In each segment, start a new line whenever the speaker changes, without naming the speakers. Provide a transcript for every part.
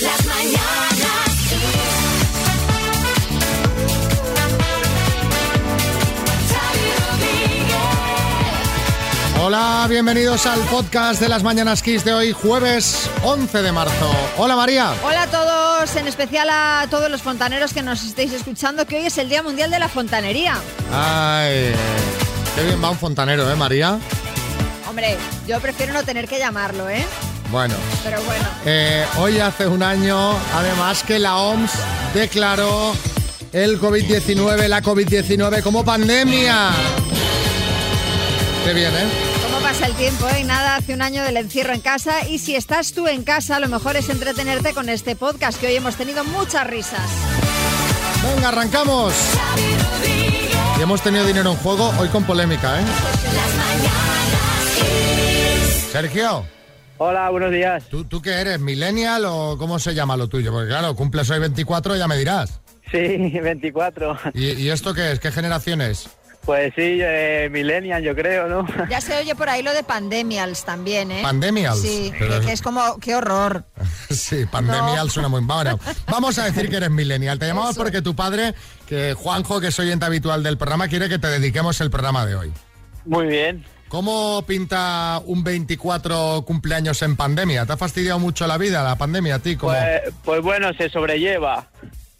Las mañanas
Hola, bienvenidos al podcast de las Mañanas Kiss de hoy, jueves 11 de marzo. Hola María.
Hola a todos, en especial a todos los fontaneros que nos estéis escuchando, que hoy es el Día Mundial de la Fontanería.
Ay, qué bien va un fontanero, ¿eh María?
Hombre, yo prefiero no tener que llamarlo, ¿eh?
Bueno,
Pero bueno.
eh, hoy hace un año, además que la OMS declaró el COVID-19, la COVID-19 como pandemia. Qué bien, ¿eh?
¿Cómo pasa el tiempo? eh? Nada, hace un año del encierro en casa y si estás tú en casa, lo mejor es entretenerte con este podcast que hoy hemos tenido muchas risas.
Venga, arrancamos. Y hemos tenido dinero en juego hoy con polémica, ¿eh? Sergio.
Hola, buenos días.
¿Tú, ¿Tú qué eres? ¿Millennial o cómo se llama lo tuyo? Porque claro, cumples hoy 24, ya me dirás.
Sí, 24.
¿Y, y esto qué es? ¿Qué generación es?
Pues sí, eh, millennial yo creo, ¿no?
Ya se oye por ahí lo de pandemials también, ¿eh?
¿Pandemials?
Sí,
Pero-
que es como, qué horror.
Sí, pandemia suena muy bueno. Vamos a decir que eres millennial. Te llamamos porque tu padre, que Juanjo, que es oyente habitual del programa, quiere que te dediquemos el programa de hoy.
Muy bien.
¿Cómo pinta un 24 cumpleaños en pandemia? ¿Te ha fastidiado mucho la vida la pandemia a ti? Como...
Pues, pues bueno, se sobrelleva.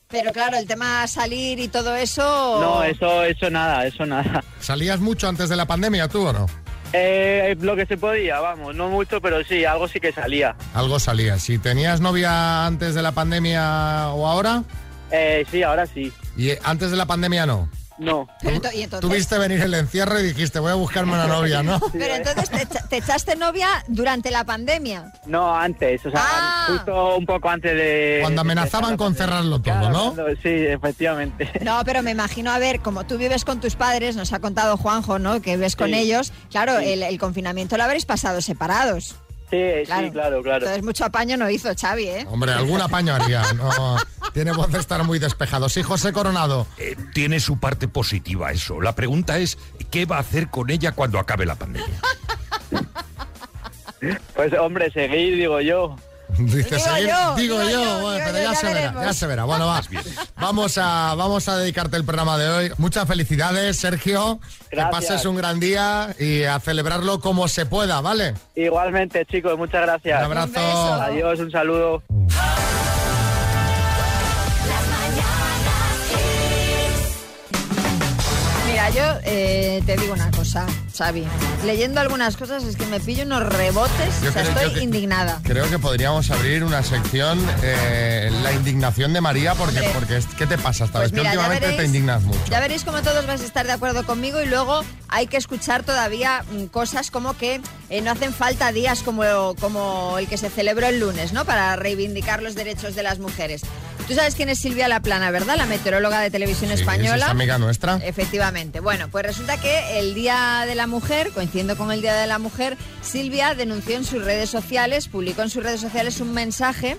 Pero claro, el tema salir y todo eso...
Oh.
No, eso, eso nada, eso nada.
¿Salías mucho antes de la pandemia tú o no?
Eh, lo que se podía, vamos, no mucho, pero sí, algo sí que salía.
Algo salías. ¿Si tenías novia antes de la pandemia o ahora?
Eh, sí, ahora sí.
Y eh, antes de la pandemia no.
No.
Pero ento- y entonces...
Tuviste venir el encierro y dijiste, voy a buscarme una novia, ¿no?
Pero entonces te, echa- te echaste novia durante la pandemia.
No, antes, o sea,
Ah.
justo un poco antes de...
Cuando amenazaban con cerrarlo todo, ¿no?
Claro, Sí, efectivamente.
No, pero me imagino, a ver, como tú vives con tus padres, nos ha contado Juanjo, ¿no? Que vives con
Sí.
ellos. Claro,
Sí.
el, el confinamiento lo habréis pasado separados.
Sí,
Claro.
sí, claro, claro.
Entonces mucho apaño no hizo Xavi, ¿eh?
Hombre, algún apaño haría. No, tiene voz de estar muy despejado. Sí, José Coronado.
Eh, tiene su parte positiva eso. La pregunta es, ¿qué va a hacer con ella cuando acabe la pandemia?
Pues hombre, seguir, digo yo.
Dice,
Digo
"Seguir-
yo,
digo
digo
yo,
yo,
bueno,
digo
pero
yo,
ya,
ya
se verá,
veremos.
ya se verá. Bueno, va. Vamos a, vamos a dedicarte el programa de hoy. Muchas felicidades, Sergio. Que
Gracias.
pases un gran día y a celebrarlo como se pueda, ¿vale?
Igualmente, chicos, muchas gracias.
Un abrazo.
beso.
Adiós, un saludo.
Mira, yo eh, te digo una cosa, Xavi. Leyendo algunas cosas es que me pillo unos rebotes.
Yo
o sea,
creo- yo
estoy
que-
indignada.
Creo que podríamos abrir una sección, eh, la indignación de María, porque,
Hombre.
porque es- ¿qué te pasa esta
Pues
vez? Que
mira, ya
últimamente
veréis,
te indignas mucho.
ya veréis como todos vais a estar de acuerdo conmigo y luego hay que escuchar todavía mm, cosas como que eh, no hacen falta días como, como el que se celebró el lunes, ¿no? Para reivindicar los derechos de las mujeres. Tú sabes quién es Silvia Laplana, ¿verdad? La meteoróloga de televisión
Sí,
española. Eh,
Es amiga nuestra.
Efectivamente. Bueno, pues resulta que el Día de la Mujer, coincidiendo con el Día de la Mujer, Silvia denunció en sus redes sociales, publicó en sus redes sociales un mensaje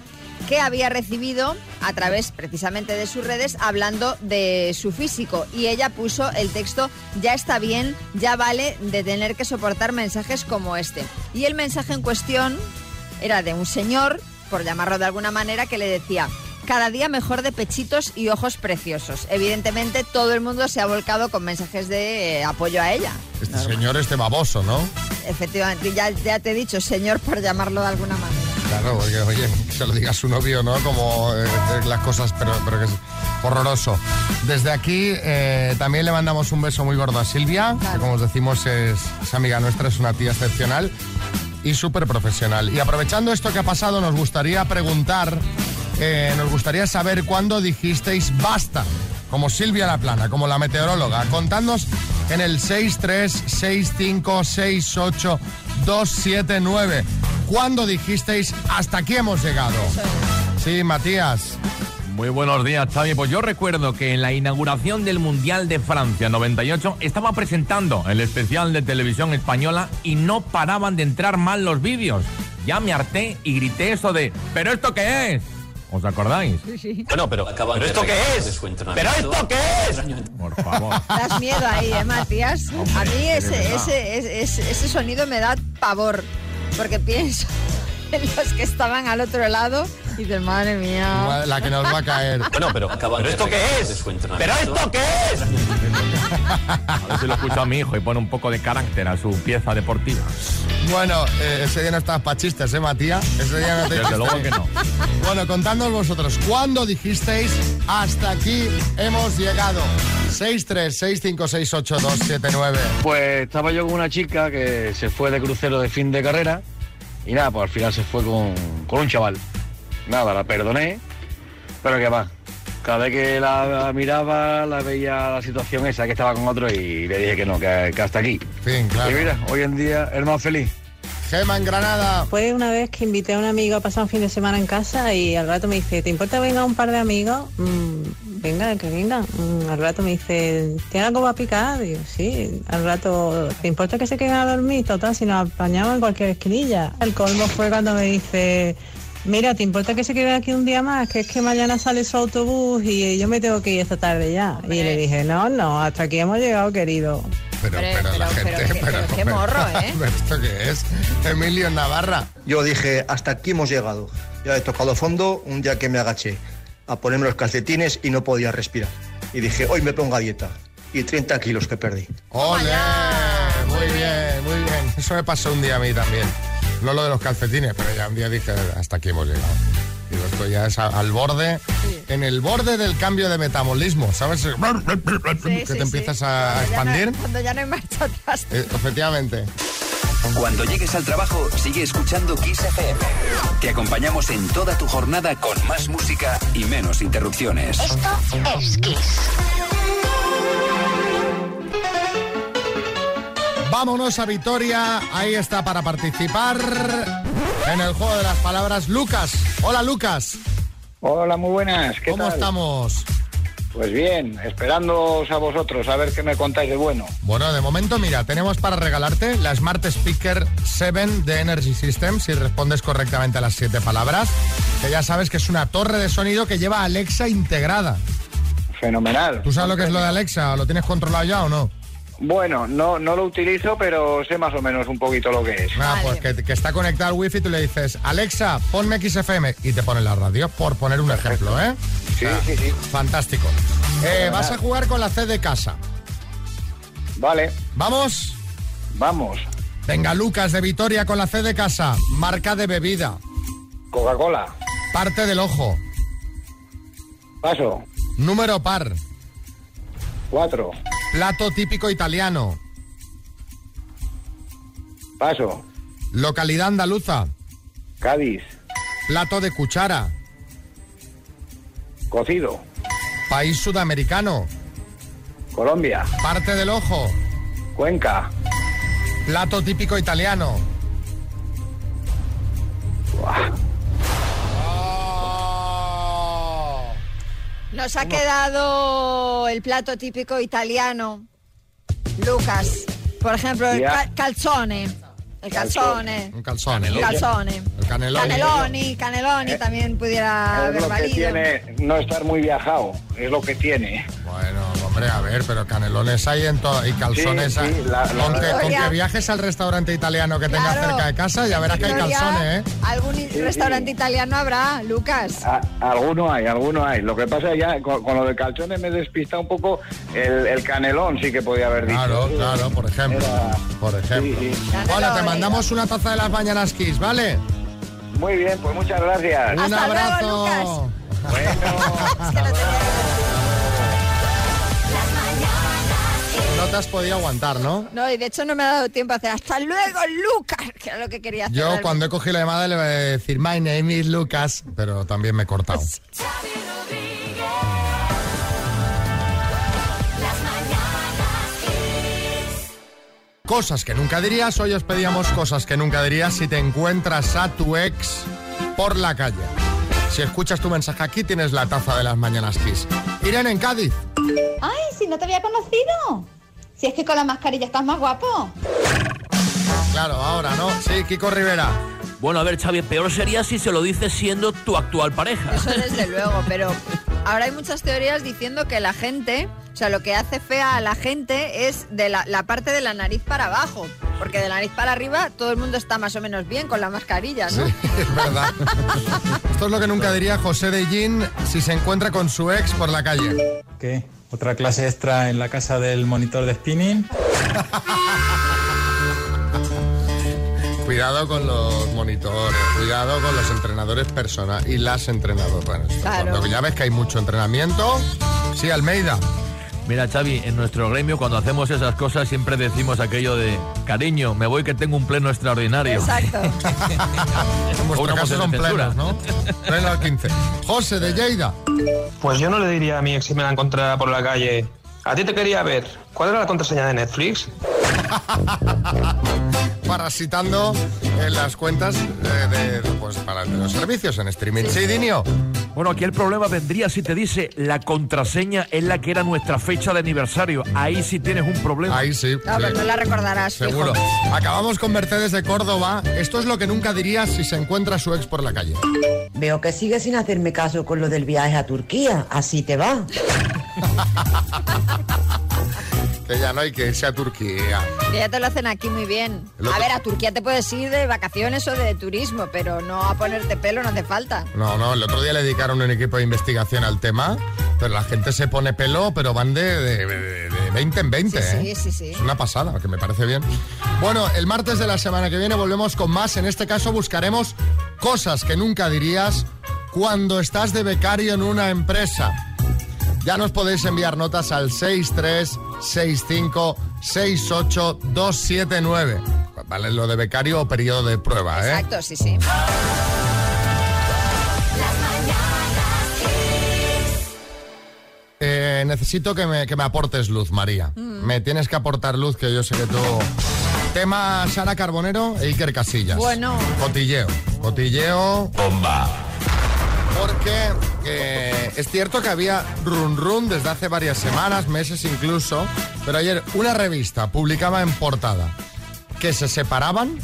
que había recibido a través precisamente de sus redes hablando de su físico y ella puso el texto ya está bien, ya vale de tener que soportar mensajes como este. Y el mensaje en cuestión era de un señor, por llamarlo de alguna manera, que le decía, cada día mejor de pechitos y ojos preciosos. Evidentemente todo el mundo se ha volcado con mensajes de eh, apoyo a ella.
Este señor este baboso, ¿no?
Efectivamente, ya, ya te he dicho, señor, por llamarlo de alguna manera.
Claro, porque oye, que se lo diga a su novio, ¿no? Como eh, eh, las cosas, pero, pero que es horroroso. Desde aquí eh, también le mandamos un beso muy gordo a Silvia, que
Claro.
como os decimos es, es amiga nuestra, es una tía excepcional y súper profesional. Y aprovechando esto que ha pasado, nos gustaría preguntar, eh, nos gustaría saber cuándo dijisteis basta, como Silvia La Plana, como la meteoróloga. Contadnos en el 636568279. ¿Cuándo dijisteis hasta aquí hemos llegado? Sí, Matías.
Muy buenos días, Xavi. Pues yo recuerdo que en la inauguración del Mundial de Francia 98 estaba presentando el especial de televisión española y no paraban de entrar mal los vídeos. Ya me harté y grité eso de ¿Pero esto qué es? ¿Os acordáis?
Bueno, pero, ¿pero esto qué es? ¿Pero esto qué es?
Por favor.
Das miedo ahí, ¿eh, Matías? A mí ese, ese, ese, ese- ese sonido me da pavor, porque pienso los que estaban al otro lado y dicen, madre mía.
La que nos va a caer.
Bueno, pero acaban ¿Pero esto qué es? ¿Pero esto qué es?
A ver si lo escucha a mi hijo y pone un poco de carácter a su pieza deportiva.
Bueno, eh, ese día no estabas para chistes, ¿eh, Matías? Ese día no te
Desde luego que no.
Bueno, contadnos vosotros, ¿cuándo dijisteis hasta aquí hemos llegado? 636568279.
Pues estaba yo con una chica que se fue de crucero de fin de carrera y nada, pues al final se fue con, con un chaval. Nada, la perdoné, pero qué va. Cada vez que la miraba, la veía la situación esa, que estaba con otro y le dije que no, que, que hasta aquí.
Fin,
Y
claro.
mira, hoy en día es más feliz.
Gema en Granada.
Fue una vez que invité a un amigo a pasar un fin de semana en casa y al rato me dice, ¿te importa que venga un par de amigos? Mm, venga, que venga. Mm, al rato me dice, ¿tiene algo para picar? Digo, sí. Al rato, ¿te importa que se queden a dormir? Total, si nos apañamos en cualquier esquinilla. El colmo fue cuando me dice, mira, ¿te importa que se quede aquí un día más? Que es que mañana sale su autobús y yo me tengo que ir esta tarde ya. Y le dije, no, no, hasta aquí hemos llegado, querido.
Pero,
Hombre,
pero, la
pero-
gente...
pero qué- pero qué morro, ¿eh?
pero ¿Esto qué es? Emilio en Navarra.
Yo dije, hasta aquí hemos llegado. Ya he tocado fondo un día que me agaché a ponerme los calcetines y no podía respirar. Y dije, hoy me pongo a dieta. Y 30 kilos que perdí.
¡Ole! Muy bien, muy bien. Eso me pasó un día a mí también. No lo de los calcetines, pero ya un día dije, hasta aquí hemos llegado. Digo, esto ya es a- al borde, en el borde del cambio de metabolismo, ¿sabes? que te empiezas a expandir.
cuando ya no hay marcha atrás.
Eh, efectivamente.
Cuando llegues al trabajo, sigue escuchando Kiss FM. Te acompañamos en toda tu jornada con más música y menos interrupciones.
Vámonos a Vitoria. Ahí está para participar en el juego de las palabras. Lucas. Hola, Lucas.
Hola, muy buenas. ¿Qué
¿Cómo
tal?
estamos?
Pues bien, esperándoos a vosotros a ver qué me contáis de bueno.
Bueno, de momento, mira, tenemos para regalarte la Smart Speaker 7 de Energy System si respondes correctamente a las siete palabras, que ya sabes que es una torre de sonido que lleva Alexa integrada.
Fenomenal.
¿Tú sabes lo que es lo de Alexa? ¿Lo tienes controlado ya o no?
Bueno, no, no lo utilizo, pero sé más o menos un poquito lo que es.
Nada,
Vale.
pues que, que está conectado al wifi, tú le dices, Alexa, ponme XFM y te pone la radio, por poner un ejemplo, ¿eh?
Sí, sí, sí.
Fantástico. Eh, vas a jugar con la C de casa.
Vale,
¿Vamos?
vamos.
Venga, Lucas de Vitoria con la C de casa. Marca de bebida.
Coca-Cola,
Parte del ojo.
paso.
Número par.
Cuatro,
Plato típico italiano.
paso.
Localidad andaluza.
Cádiz,
Plato de cuchara.
cocido.
País sudamericano.
Colombia,
Parte del ojo.
Cuenca,
Plato típico italiano. Oh.
Nos ha quedado el plato típico italiano, Lucas. Por ejemplo, el
Ya.
cal- calzone. El calzone.
Un calzón. ¿eh?
El calzone.
El canelón.
Caneloni, caneloni también pudiera
es
haber
lo que
valido.
tiene no estar muy viajado, es lo que tiene.
Bueno, hombre, a ver, pero canelones hay en todo. Y calzones
Sí,
hay.
sí, la- la
con, que,
verdad.
con que
Gloria.
viajes al restaurante italiano que tengas
Claro.
cerca de casa, ya verás que hay
Pero ya
calzones, ¿eh?
Algún i- restaurante italiano habrá, Lucas.
A- alguno hay, alguno hay. Lo que pasa ya con, con lo de calzones me despista un poco el, el canelón, sí que podía haber dicho.
Claro, claro, por ejemplo.
Era-
Por ejemplo.
Sí, sí.
Hola, te
Caneloni.
mandamos una taza de las mañanas Kiss, ¿vale?
Muy bien, pues muchas gracias.
Un
Hasta luego,
abrazo.
Lucas.
Bueno.
Es que no te-
No te has podido aguantar, ¿no?
No, y de hecho no me ha dado tiempo a hacer hasta luego, Lucas, que era lo que quería hacer.
Yo cuando he cogido la llamada le voy a decir My name is Lucas, pero también me he cortado. Cosas que nunca dirías, hoy os pedíamos cosas que nunca dirías si te encuentras a tu ex por la calle. Si escuchas tu mensaje aquí tienes la taza de las mañanas Kiss. Irene en Cádiz.
¡Ay, si no te había conocido! Si es que con la mascarilla estás más guapo.
Claro, ahora, ¿no? Sí, Kiko Rivera.
Bueno, a ver, Xavi, peor sería si se lo dices siendo tu actual pareja.
Eso desde luego, pero ahora hay muchas teorías diciendo que la gente, o sea, lo que hace fea a la gente es de la, la parte de la nariz para abajo. Porque de la nariz para arriba todo el mundo está más o menos bien con la mascarilla, ¿no?
Es verdad. Esto es lo que nunca diría José de Gin si se encuentra con su ex por la calle.
¿Qué? ¿Otra clase extra en la casa del monitor de spinning?
Cuidado con los monitores, cuidado con los entrenadores personas y las entrenadoras.
Claro.
Cuando ya ves que hay mucho entrenamiento. Sí, Almeida.
Mira, Xavi, en nuestro gremio cuando hacemos esas cosas siempre decimos aquello de cariño, me voy que tengo un pleno extraordinario.
Exacto.
pues En vuestro
Una
caso
moción
son
de censura.
plenos, ¿no? Pleno al 15. José de Lleida.
Pues yo no le diría a mi ex si me la encontrara por la calle. A ti te quería ver. ¿Cuál era la contraseña de Netflix?
Parasitando en las cuentas eh, de, pues, para de los servicios en streaming. Sí, Dinio.
Bueno, aquí el problema vendría si te dice la contraseña es la que era nuestra fecha de aniversario. Ahí sí tienes un problema.
Ahí sí.
No, pero no la recordarás. fijo.
Seguro. Acabamos con Mercedes de Córdoba. Esto es lo que nunca diría si se encuentra su ex por la calle.
Veo que sigue sin hacerme caso con lo del viaje a Turquía. Así te va.
Que ya no hay que irse a Turquía.
Que ya te lo hacen aquí muy bien.
El otro-
A ver, a Turquía te puedes ir de vacaciones o de turismo, pero no a ponerte pelo no hace falta.
No, no, el otro día le dedicaron un equipo de investigación al tema, pero la gente se pone pelo, pero van de, de- de- de 20 en 20.
Sí,
¿eh?
sí, sí.
Es una pasada, que me parece bien. Bueno, el martes de la semana que viene volvemos con más. En este caso buscaremos cosas que nunca dirías cuando estás de becario en una empresa. Ya nos podéis enviar notas al 636568279. Vale, lo de becario o periodo de prueba, ¿eh?
Exacto, sí, sí.
Eh, necesito que me, que me aportes luz, María.
Mm.
Me tienes que aportar luz, que yo sé que tú... Tema Sara Carbonero e Iker Casillas.
Bueno.
Cotilleo. Cotilleo... Bomba. Porque eh, es cierto que había run run desde hace varias semanas, meses incluso, pero ayer una revista publicaba en portada que se separaban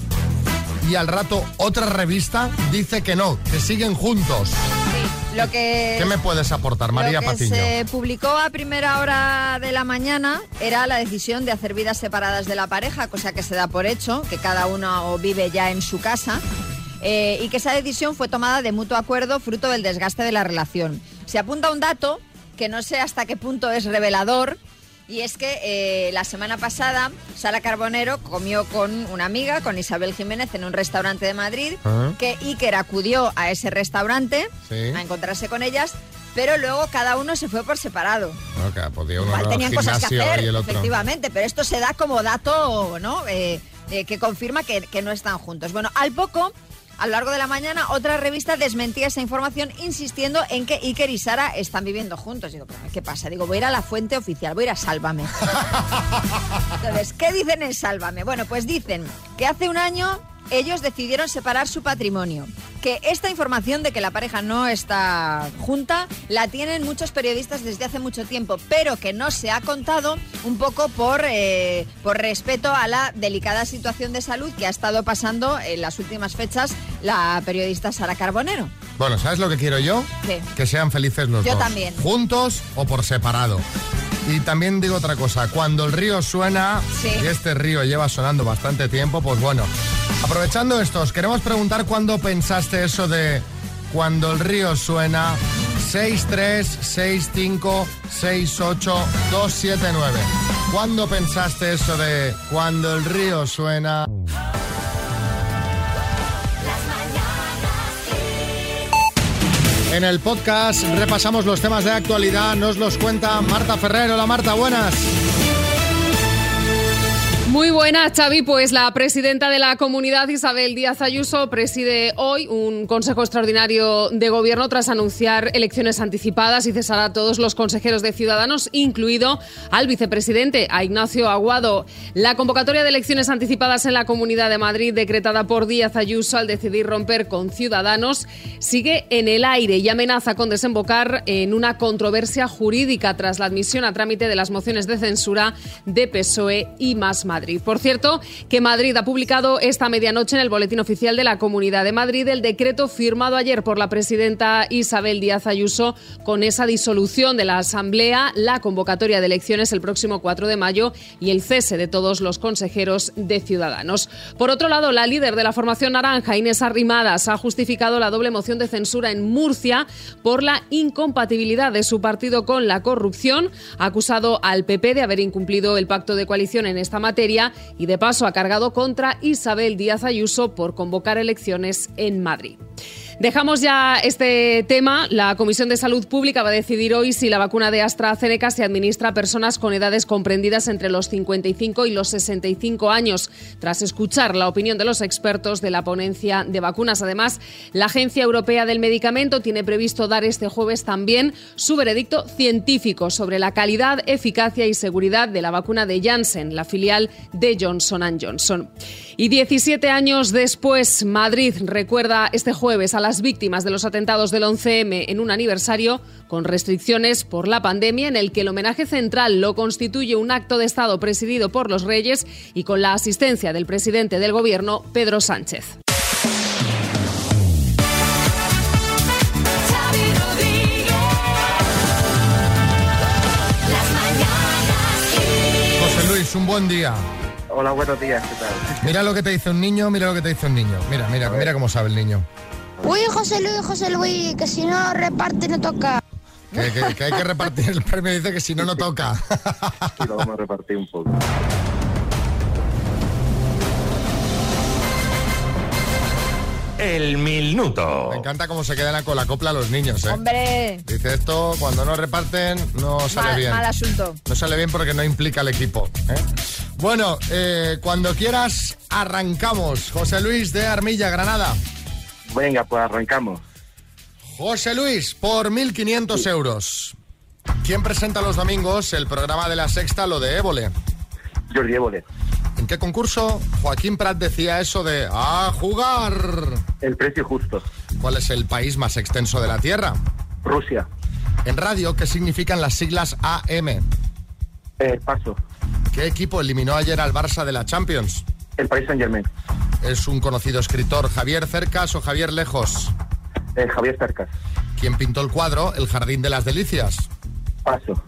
y al rato otra revista dice que no, que siguen juntos.
Lo que
¿Qué me puedes aportar, María
Eh, Lo que
Patiño?
se publicó a primera hora de la mañana era la decisión de hacer vidas separadas de la pareja, cosa que se da por hecho, que cada uno vive ya en su casa, eh, y que esa decisión fue tomada de mutuo acuerdo, fruto del desgaste de la relación. Se apunta un dato que no sé hasta qué punto es revelador, y es que eh, la semana pasada Sara Carbonero comió con una amiga, con Isabel Jiménez, en un restaurante de Madrid,
Ah.
que Iker acudió a ese restaurante
Sí.
a encontrarse con ellas, pero luego cada uno se fue por separado.
Bueno, que podía uno
Igual
al
tenían cosas que
gimnasio
hacer,
y el otro.
efectivamente, pero esto se da como dato, ¿no? Eh, eh, que confirma que, que no están juntos. Bueno, al poco, a lo largo de la mañana, otra revista desmentía esa información insistiendo en que Iker y Sara están viviendo juntos. Digo, "Pero, ¿qué pasa? Digo, voy a ir a la fuente oficial, voy a ir a Sálvame. Entonces, ¿qué dicen en Sálvame? Bueno, pues dicen que hace un año ellos decidieron separar su patrimonio. Que esta información de que la pareja no está junta la tienen muchos periodistas desde hace mucho tiempo, pero que no se ha contado un poco por, eh, por respeto a la delicada situación de salud que ha estado pasando en las últimas fechas la periodista Sara Carbonero.
Bueno, ¿sabes lo que quiero yo?
¿Qué?
Que sean felices los
Yo
dos.
también.
Juntos o por separado. Y también digo otra cosa, cuando el río suena,
Sí.
y este río lleva sonando bastante tiempo, pues bueno, aprovechando esto, os queremos preguntar cuándo pensaste eso de cuando el río suena 636568279. ¿Cuándo pensaste eso de cuando el río suena? En el podcast repasamos los temas de actualidad, nos los cuenta Marta Ferrer. Hola Marta, buenas.
Muy buenas, Xavi. Pues la presidenta de la comunidad, Isabel Díaz Ayuso, preside hoy un consejo extraordinario de gobierno tras anunciar elecciones anticipadas y cesará a todos los consejeros de Ciudadanos, incluido al vicepresidente, a Ignacio Aguado. La convocatoria de elecciones anticipadas en la Comunidad de Madrid, decretada por Díaz Ayuso al decidir romper con Ciudadanos, sigue en el aire y amenaza con desembocar en una controversia jurídica tras la admisión a trámite de las mociones de censura de PSOE y Más Madrid. Madrid. Por cierto, que Madrid ha publicado esta medianoche en el Boletín Oficial de la Comunidad de Madrid el decreto firmado ayer por la presidenta Isabel Díaz Ayuso con esa disolución de la Asamblea, la convocatoria de elecciones el próximo 4 de mayo y el cese de todos los consejeros de Ciudadanos. Por otro lado, la líder de la formación naranja, Inés Arrimadas, ha justificado la doble moción de censura en Murcia por la incompatibilidad de su partido con la corrupción. Ha acusado al PP de haber incumplido el pacto de coalición en esta materia y de paso ha cargado contra Isabel Díaz Ayuso por convocar elecciones en Madrid. Dejamos ya este tema. La Comisión de Salud Pública va a decidir hoy si la vacuna de AstraZeneca se administra a personas con edades comprendidas entre los 55 y los 65 años, tras escuchar la opinión de los expertos de la ponencia de vacunas. Además, la Agencia Europea del Medicamento tiene previsto dar este jueves también su veredicto científico sobre la calidad, eficacia y seguridad de la vacuna de Janssen, la filial de Johnson Johnson. Y 17 años después, Madrid recuerda este jueves a las víctimas de los atentados del 11M en un aniversario con restricciones por la pandemia en el que el homenaje central lo constituye un acto de Estado presidido por los Reyes y con la asistencia del presidente del Gobierno, Pedro Sánchez.
José Luis, un buen día.
Hola, buenos días, ¿qué tal?
Mira lo que te dice un niño, mira lo que te dice un niño. Mira, mira, mira cómo sabe el niño.
Uy, José Luis, José Luis, que si no reparte no toca.
Que, que- que hay que repartir el premio, dice que si no, no toca.
Sí, lo vamos a repartir un poco.
El minuto. Me encanta cómo se quedan con la copla los niños, ¿eh?
Hombre,
Dice esto, cuando no reparten, no sale
mal,
bien.
mal asunto.
No sale bien porque no implica al equipo. ¿eh? Bueno, eh, cuando quieras, arrancamos. José Luis de Armilla, Granada.
Venga, pues arrancamos.
José Luis, por 1.500 euros. ¿Quién presenta los domingos el programa de la sexta, lo de Évole?
Jordi Évole.
¿En qué concurso Joaquín Prat decía eso de a jugar?
El precio justo.
¿Cuál es el país más extenso de la Tierra?
Rusia.
En radio, ¿qué significan las siglas AM?
Eh, paso.
¿Qué equipo eliminó ayer al Barça de la Champions?
El Paris Saint Germain.
¿Es un conocido escritor Javier Cercas o Javier Lejos?
eh, Javier Cercas.
¿Quién pintó el cuadro El Jardín de las Delicias?
Paso.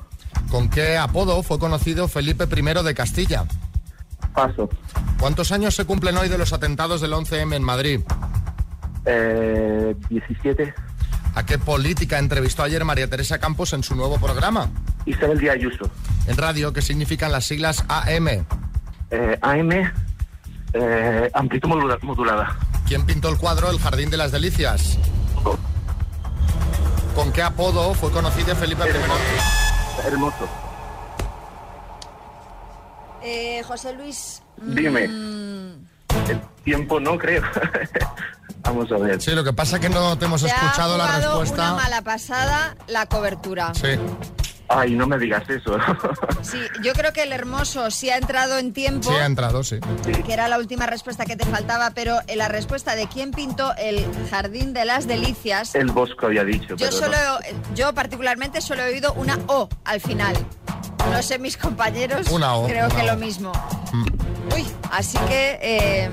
¿Con qué apodo fue conocido Felipe I de Castilla?
Paso.
¿Cuántos años se cumplen hoy de los atentados del 11M en Madrid?
Eh, 17.
¿A qué política entrevistó ayer María Teresa Campos en su nuevo programa?
Isabel Díaz Ayuso.
En radio, ¿qué significan las siglas AM?
Eh, AM. Eh, amplitud modula- modulada.
¿Quién pintó el cuadro El Jardín de las Delicias? ¿Con qué apodo fue conocido Felipe I?
Hermoso.
Eh, José Luis. mm,
Dime. El tiempo no creo. Vamos a ver.
Sí, lo que pasa es que no te hemos
te ha
escuchado la
jugado Una
respuesta.
mala pasada, la cobertura.
Sí.
Ay, no me digas eso.
Sí, yo creo que el hermoso sí ha entrado en tiempo.
Sí, ha entrado, sí.
que era la última respuesta que te faltaba, pero eh, la respuesta de quién pintó el Jardín de las Delicias,
El Bosco había dicho.
yo
pero
solo,
no.
he- yo particularmente solo he oído una O al final. No sé mis compañeros,
Una O,
creo
una
que
O.
lo mismo. Uy, así que eh,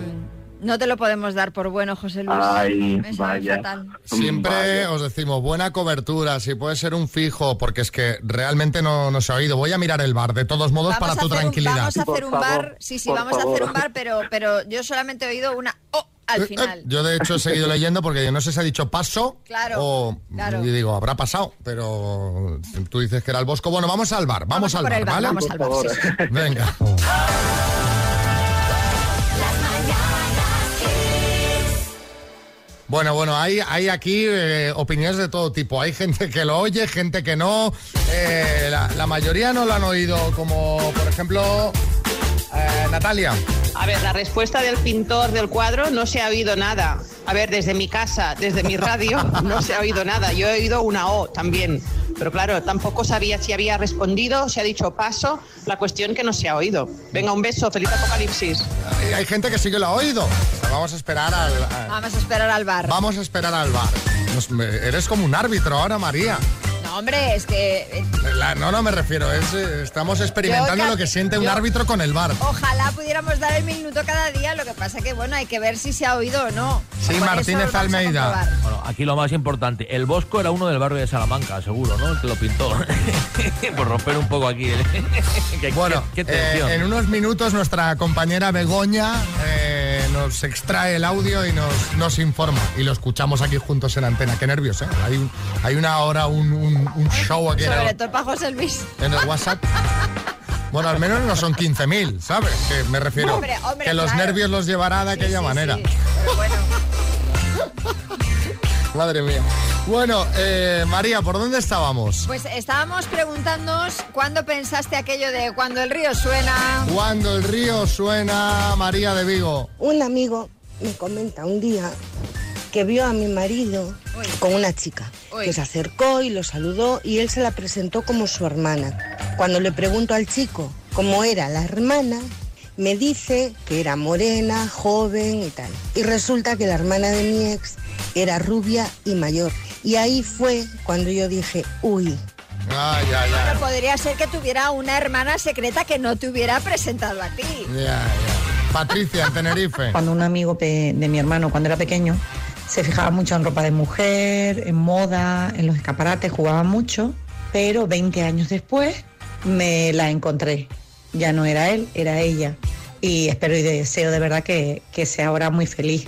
no te lo podemos dar por bueno, José Luis.
Ay,
Me sabe
vaya.
fatal.
Siempre os decimos buena cobertura, si puede ser un fijo, porque es que realmente no, no se ha oído. Voy a mirar el bar, de todos modos,
Vamos
para
a
tu
hacer un-
tranquilidad.
vamos a hacer un bar, sí, sí,
por
vamos a
favor.
hacer un bar, pero, pero yo solamente he oído una O al final.
Eh, Yo de hecho he seguido leyendo porque yo no sé si ha dicho paso
Claro,
o
claro.
y digo habrá pasado, pero tú dices que era el Bosco. Bueno, vamos al bar, vamos, al
por
bar,
el bar,
¿vale?
vamos al bar, Por sí,
Venga. Bueno, bueno, hay, hay aquí eh, opiniones de todo tipo. Hay gente que lo oye, gente que no. Eh, la, la mayoría no lo han oído, como por ejemplo eh, Natalia.
A ver, la respuesta del pintor del cuadro no se ha oído nada. A ver, desde mi casa, desde mi radio, no se ha oído nada. Yo he oído una O también. Pero claro, tampoco sabía si había respondido, si ha dicho paso. La cuestión que no se ha oído. Venga, un beso. Feliz apocalipsis.
Hay, hay gente que sí que lo ha oído. O sea, vamos a esperar al, a-
Vamos a esperar al bar.
Vamos a esperar al bar. Nos- me- eres como un árbitro ahora, María.
No, hombre, es que. eh,
La- no, no me refiero. Es, eh, estamos experimentando
Yo,
lo que siente un
yo-
árbitro con el bar.
Ojalá pudiéramos dar el minuto cada día, lo que pasa que bueno, hay que ver si se ha oído o no.
Sí,
Con eso
Martínez
lo vamos a comprobar.
Almeida.
Bueno, aquí lo más importante, el Bosco era uno del barrio de Salamanca, seguro, ¿no? El que lo pintó. Por romper un poco aquí. bueno, qué, qué
Eh,
tensión.
en unos minutos nuestra compañera Begoña eh, nos extrae el audio y nos, nos informa. Y lo escuchamos aquí juntos en antena. Qué nervios, ¿eh? Hay, un- hay una hora, un, un- un show aquí en
Sobre
el,
todo para José Luis.
en el WhatsApp. Bueno, al menos no son 15.000, ¿sabes? Que me refiero.
Hombre, hombre,
que los
claro.
nervios los llevará de
Sí,
aquella
sí,
manera.
sí, pero bueno.
Madre mía. Bueno, eh, María, ¿por dónde estábamos?
Pues estábamos preguntándonos cuándo pensaste aquello de cuando el río suena.
Cuando el río suena, María de Vigo.
Un amigo me comenta un día que vio a mi marido con una chica,
Uy.
que se acercó y lo saludó y él se la presentó como su hermana. Cuando le pregunto al chico cómo era la hermana, me dice que era morena, joven y tal. Y resulta que la hermana de mi ex era rubia y mayor. Y ahí fue cuando yo dije, uy,
Ay, ay, ay.
Pero podría ser que tuviera una hermana secreta que no te hubiera presentado a ti.
Ya, ya. Patricia, en Tenerife.
Cuando un amigo pe- de mi hermano, cuando era pequeño, se fijaba mucho en ropa de mujer, en moda, en los escaparates, jugaba mucho, pero 20 años después me la encontré. Ya no era él, era ella. Y espero y deseo de verdad que, que sea ahora muy feliz.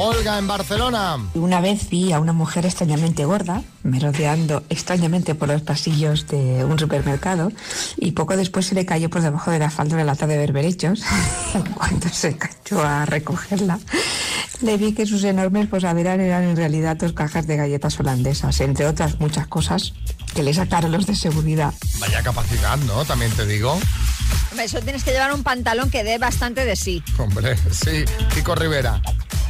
Olga, en Barcelona.
Una vez vi a una mujer extrañamente gorda merodeando extrañamente por los pasillos de un supermercado y poco después se le cayó por debajo de la falda una lata de berberechos. En cuanto se cachó a recogerla, le vi que sus enormes posaderas eran en realidad dos cajas de galletas holandesas, entre otras muchas cosas que le sacaron los de seguridad.
Vaya capacidad, ¿no? También te digo.
Hombre, Eso tienes que llevar un pantalón que dé bastante de sí.
Hombre, sí. Kiko Rivera.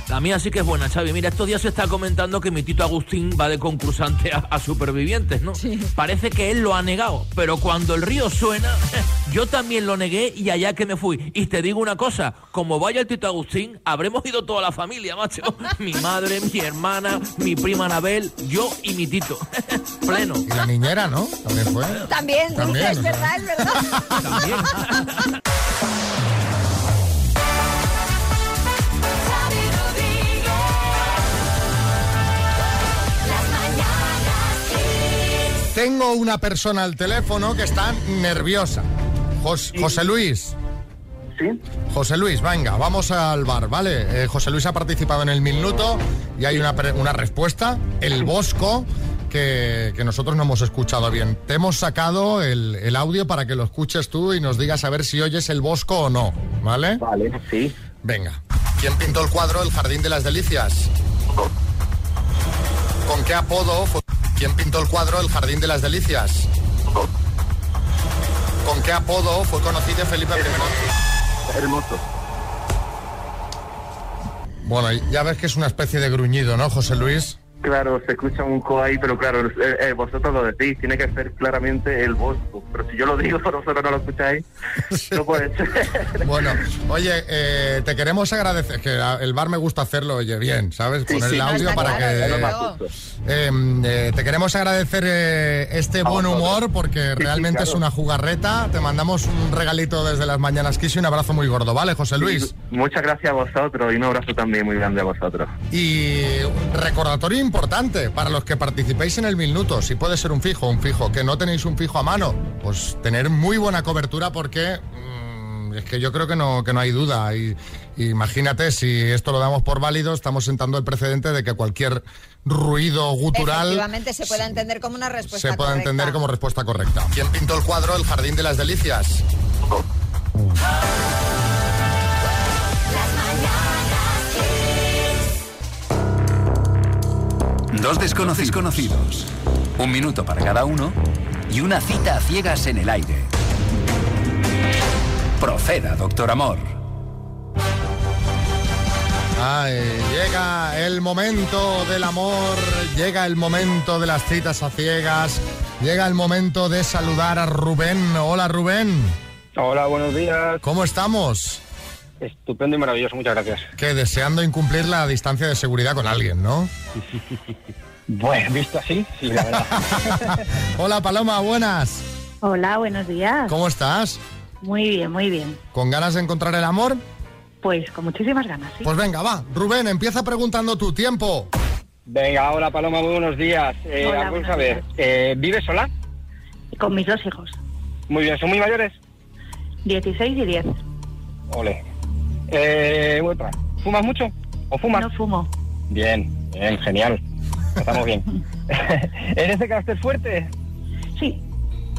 La mía sí que es buena, Xavi. Mira, estos días se está comentando que mi tito Agustín va de concursante a, a supervivientes, ¿no? Parece que él lo ha negado, pero cuando el río suena, yo también lo negué y allá que me fui. Y te digo una cosa, como vaya el tito Agustín, habremos ido toda la familia, macho. Mi madre, mi hermana, mi prima Anabel, yo y mi tito. Pleno.
Y la niñera, ¿no? También fue.
También,
También,
dices,
o
es
sea.
verdad, es verdad.
Tengo una persona al teléfono que está nerviosa. Jos- José Luis.
Sí.
José Luis, venga, vamos al bar, ¿vale? Eh, José Luis ha participado en el minuto y hay una, pre- una respuesta, el Bosco, que, que nosotros no hemos escuchado bien. Te hemos sacado el, el audio para que lo escuches tú y nos digas a ver si oyes el Bosco o no, ¿vale?
Vale, sí.
Venga. ¿Quién pintó el cuadro El Jardín de las Delicias? ¿Con qué apodo? fue- ¿Quién pintó el cuadro El Jardín de las Delicias? ¿Con qué apodo fue conocido Felipe I?
Hermoso.
Bueno, ya ves que es una especie de gruñido, ¿no, José Luis?
Claro, se escucha un co ahí, pero claro, eh, eh, vosotros lo decís, tiene que ser claramente el bosco. Pero si yo lo digo, pero vosotros no lo escucháis, no puede ser.
Bueno, oye, eh, te queremos agradecer, que a- el bar me gusta hacerlo, oye, bien, ¿sabes?
Sí,
Poner
sí,
el
no,
audio
está
para
claro, es lo más
que... Eh, eh, te queremos agradecer eh, este buen humor porque realmente es una jugarreta. Te mandamos un regalito desde las mañanas Kiss y un abrazo muy gordo, ¿vale, José Luis?
Y muchas gracias a vosotros y un abrazo también muy grande a vosotros.
Y un recordatorio importante para los que participéis en el minuto, si puede ser un fijo, un fijo, que no tenéis un fijo a mano, pues tener muy buena cobertura porque mm, es que yo creo que no, que no hay duda. Y, imagínate, si esto lo damos por válido, estamos sentando el precedente de que cualquier ruido gutural
Efectivamente se puede entender como una respuesta
se pueda
Pues correcta.
entender como respuesta correcta. ¿Quién pintó el cuadro El Jardín de las Delicias?
Dos desconocidos conocidos, un minuto para cada uno y una cita a ciegas en el aire. Proceda, doctor Amor.
Ay, llega el momento del amor, llega el momento de las citas a ciegas, llega el momento de saludar a Rubén. Hola Rubén.
Hola, buenos días.
¿Cómo estamos?
Estupendo y maravilloso, muchas gracias.
Que deseando incumplir la distancia de seguridad con alguien, ¿no?
Bueno, visto así, sí, la verdad.
Hola Paloma, buenas.
Hola, buenos días.
¿Cómo estás?
Muy bien, muy bien.
¿Con ganas de encontrar el amor?
Pues con muchísimas ganas, sí.
Pues venga, va. Rubén, empieza preguntando tu tiempo.
Venga, hola Paloma, muy buenos días. Eh,
Hola,
vamos
buenos
a ver, eh, ¿vives sola?
Con mis dos hijos,
Muy bien, ¿son muy mayores?
16 y 10.
Ole. Eh, otra. ¿Fumas mucho? ¿O fumas?
No fumo.
Bien, bien, genial. Estamos bien. ¿Eres de carácter fuerte?
Sí. Mm.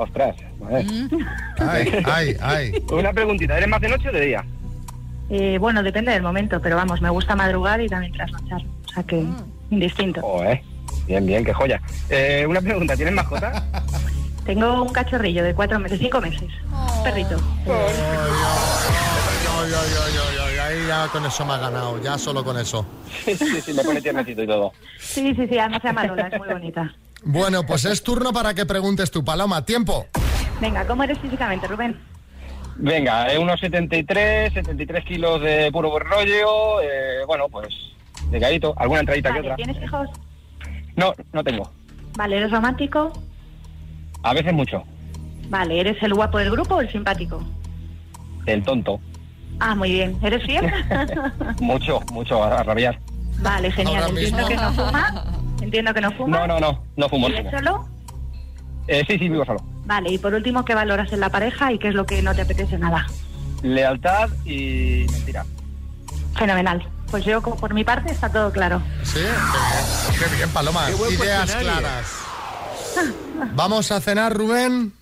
Ostras, madre.
Ay, ay, ay.
Una preguntita, ¿eres más de noche o de día?
Eh, bueno, depende del momento, pero vamos, me gusta madrugar y también trasnochar. O sea que, indistinto.
Oh, eh. Bien, bien, qué joya. Eh, una pregunta, ¿tienes mascota?
Tengo un cachorrillo de cuatro meses, cinco meses. Perrito.
Ay, ay, ay, ay, ay, ahí ya con eso me ha ganado, ya solo con eso.
sí, sí, me pone tiernecito y todo.
Sí, sí, sí, además se llama Lola, es muy bonita.
Bueno, pues es turno para que preguntes tu paloma. Tiempo.
Venga, ¿cómo eres físicamente, Rubén?
Venga, eh, unos 73, 73 kilos de puro buen rollo, eh, bueno, pues delgadito, alguna entradita que
Vale,
otra.
¿Tienes hijos?
No, no tengo.
Vale, ¿eres romántico?
A veces mucho.
Vale, ¿eres el guapo del grupo o el simpático?
El tonto.
Ah, muy bien. ¿Eres fiel?
Mucho, mucho, a, a rabiar.
vale, genial.
Ahora
Entiendo
mismo.
que no fuma. Entiendo que no fuma.
No, no, no, no fumo. no
¿Vives
fumo.
solo?
Eh, sí, sí, vivo solo.
Vale, y por último, ¿qué valoras en la pareja y qué es lo que no te apetece nada?
Lealtad y mentira.
Fenomenal. Pues yo, como por mi parte, está todo claro.
Sí, qué bien, qué bien, paloma.
Qué buen
Ideas
cuestionario.
claras. Vamos a cenar, Rubén.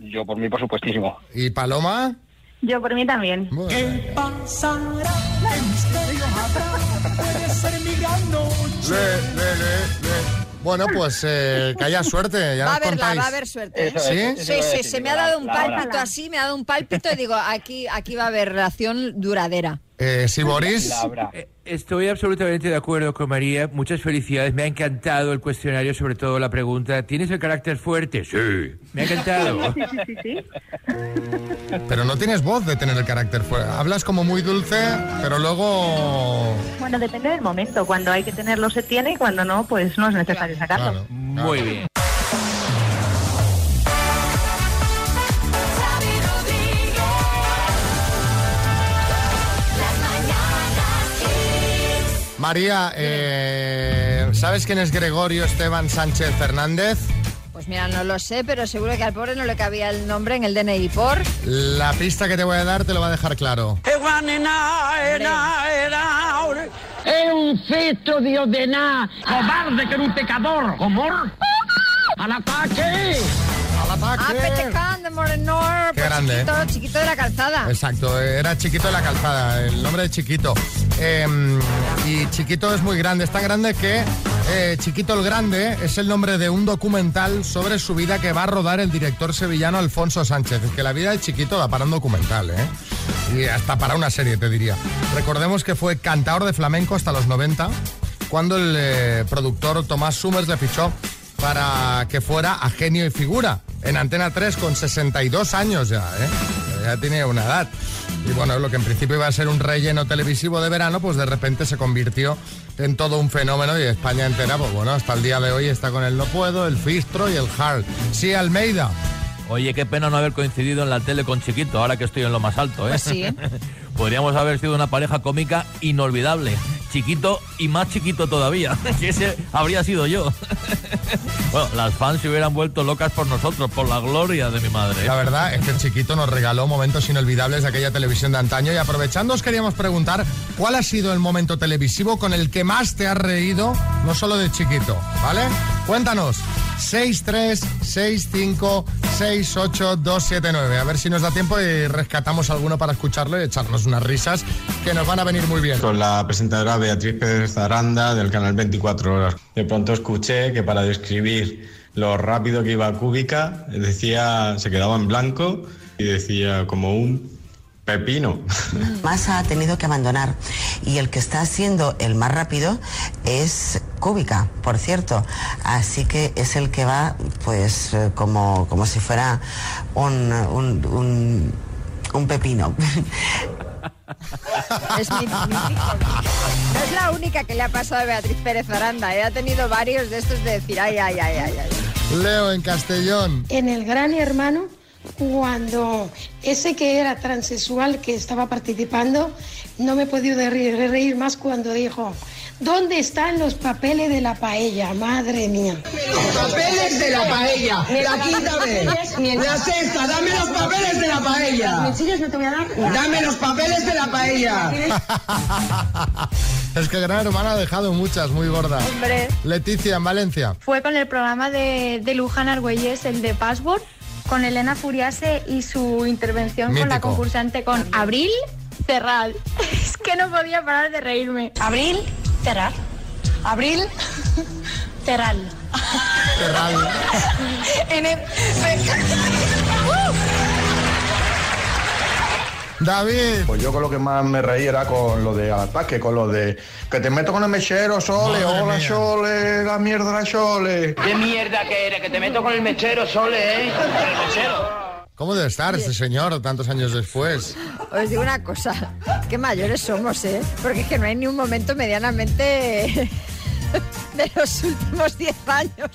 Yo por mí, por supuestísimo.
¿Y Paloma?
Yo por mí también.
¿Qué
pasará? ¿Qué misterio habrá? Puede ser mi gran noche.
Bueno, pues eh, que haya suerte, ya
va a
nos
haberla,
contáis.
va a haber suerte. ¿eh?
¿Sí?
sí, sí, se me ha dado un pálpito así, me ha dado un pálpito y digo, aquí, aquí va a haber relación duradera.
Eh, sí, Boris.
Eh, Estoy absolutamente de acuerdo con María. Muchas felicidades. Me ha encantado el cuestionario, sobre todo la pregunta. ¿Tienes el carácter fuerte? Sí. Me ha encantado.
Sí, sí, sí, sí.
Pero no tienes voz de tener el carácter fuera. Hablas como muy dulce, pero luego...
Bueno, depende del momento. Cuando hay que tenerlo se tiene y cuando no, pues no es necesario sacarlo.
Muy bien.
María, eh, ¿sabes quién es Gregorio Esteban Sánchez Fernández?
Pues mira, no lo sé, pero seguro que al pobre no le cabía el nombre en el DNI por...
La pista que te voy a dar te lo va a dejar claro.
Es un cesto de ordenar, cobarde que era un pecador. ¿Comor? ¡Al ataque!
¡Ah! ¡Al
Ah, Petecán de Morenor,
Qué
pues
grande, ¿eh?
chiquito, chiquito de la calzada.
Exacto, era Chiquito de la Calzada, el nombre de Chiquito. Eh, y Chiquito es muy grande, es tan grande que eh, Chiquito el Grande es el nombre de un documental sobre su vida que va a rodar el director sevillano Alfonso Sánchez. Es que la vida de Chiquito da para un documental, ¿eh? Y hasta para una serie, te diría. Recordemos que fue cantador de flamenco hasta los 90, cuando el eh, productor Tomás Summers le fichó para que fuera a genio y figura. En Antena 3 con 62 años ya, ¿eh? ya tiene una edad. Y bueno, lo que en principio iba a ser un relleno televisivo de verano, pues de repente se convirtió en todo un fenómeno y España entera, pues bueno, hasta el día de hoy está con el No Puedo, el Fistro y el Hard. Sí, Almeida.
Oye, qué pena no haber coincidido en la tele con Chiquito, ahora que estoy en lo más alto, ¿eh?
Pues sí.
Podríamos haber sido una pareja cómica inolvidable. Chiquito y más chiquito todavía, que ese habría sido yo. bueno, las fans se hubieran vuelto locas por nosotros, por la gloria de mi madre.
La verdad es que el chiquito nos regaló momentos inolvidables de aquella televisión de antaño y aprovechando os queríamos preguntar cuál ha sido el momento televisivo con el que más te has reído, no solo de chiquito, ¿vale? Cuéntanos. 636568279. A ver si nos da tiempo y rescatamos alguno para escucharlo y echarnos unas risas que nos van a venir muy bien.
Con la presentadora Beatriz Pérez Aranda del canal 24 Horas. De pronto escuché que para describir lo rápido que iba Cúbica, decía, se quedaba en blanco y decía como un pepino.
Massa ha tenido que abandonar y el que está siendo el más rápido es Cúbica, por cierto. Así que es el que va pues eh, como, como si fuera un, un- un- un pepino.
Es mi- mi- No es la única que le ha pasado a Beatriz Pérez Aranda, ¿eh? ha tenido varios de estos de decir, ay, ay, ay, ay, ay.
Leo en Castellón.
En el Gran Hermano, cuando ese que era transexual que estaba participando, no me he podido de reír, de reír más cuando dijo, ¿dónde están los papeles de la paella? Madre mía.
Papeles de la paella. La quítame. La sexta. Dame los papeles de la paella.
no te voy a dar?
Dame los papeles de la paella.
Es que Gran Hermano ha dejado muchas, muy gordas.
Hombre.
Leticia en Valencia.
Fue con el programa de, de Luján Argüelles, el de Password, con Elena Furiase y su intervención con la
Mítico.
concursante con Abril Terral. Es que no podía parar de reírme. Abril Terral. Abril Terral.
En el...
David.
Pues yo con lo que más me reí era con lo de al ataque, con lo de que te meto con el mechero, Sole,
Madre
hola,
mía.
Sole, la mierda, la Sole.
¿Qué mierda que eres? Que te meto con el mechero, Sole, ¿eh? Con el mechero.
¿Cómo debe estar este señor tantos años después?
Os digo una cosa, qué mayores somos, ¿eh? Porque es que no hay ni un momento medianamente de los últimos 10 años.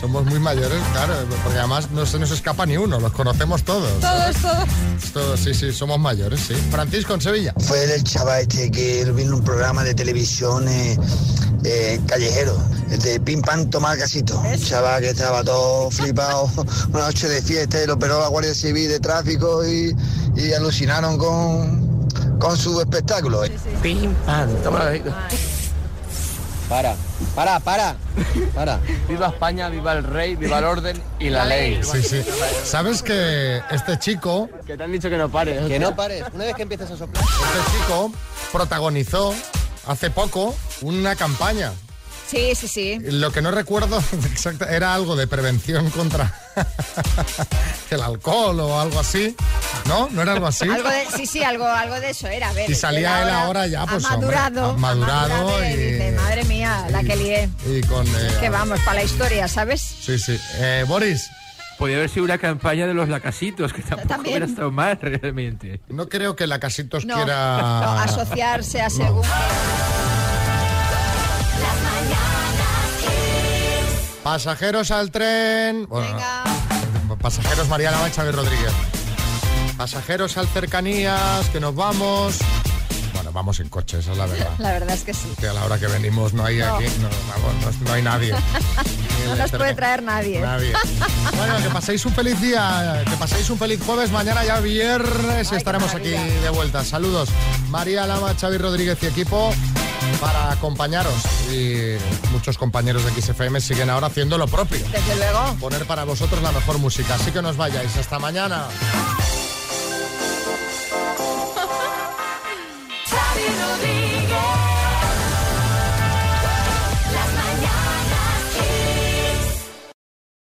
Somos muy mayores, claro, porque además no se nos escapa ni uno, los conocemos todos.
Todos, todos.
Todos, sí, sí, somos mayores, sí. Francisco en Sevilla.
Fue el chaval este que lo vi en un programa de televisión eh, eh, callejero, el de Pim Pam Tomar Casito. El chaval que estaba todo flipado, una noche de fiesta y lo operó la Guardia Civil de Tráfico y, y alucinaron con, con su espectáculo. Pim Pam
Para, para, para, para. Viva España, viva el rey, viva el orden y la ley.
Sí, sí. ¿Sabes que este chico...
Que te han dicho que no pares. Que no pares. Una vez que empiezas a soplar.
Este chico protagonizó hace poco una campaña.
Sí, sí, sí.
Lo que no recuerdo exacta era algo de prevención contra el alcohol o algo así. ¿No? ¿No era algo así?
Algo de, sí, sí, algo, algo de eso era. A ver,
Y salía él ahora ya, pues,
Ha
hombre,
madurado.
ha madurado
y...
y-
dice, madre mía, la que lié.
Y con... eh,
Que vamos, para la historia, ¿sabes?
Sí, sí. Eh, Boris.
Podría haber sido una campaña de los lacasitos, que tampoco
También.
hubiera estado mal realmente.
No creo que lacasitos
No, no, asociarse a según...
Pasajeros al tren. Bueno, Pasajeros María Lava y Xavi Rodríguez. Pasajeros al cercanías, que nos vamos. Bueno, vamos en coche, esa es la verdad.
La verdad es que sí.
Que a la hora que venimos no hay
No.
aquí, no, vamos, no- no hay nadie. Ni
No
el
nos puede
cerca-
traer nadie.
Nadie. Bueno, que paséis un feliz día, que paséis un feliz jueves, mañana ya viernes y estaremos aquí de vuelta. Saludos, María Lama, Xavi Rodríguez y equipo para acompañaros. Y muchos compañeros de XFM siguen ahora haciendo lo propio.
Desde luego.
Poner para vosotros la mejor música. Así que no os vayáis. Hasta mañana.
Xavi Rodríguez.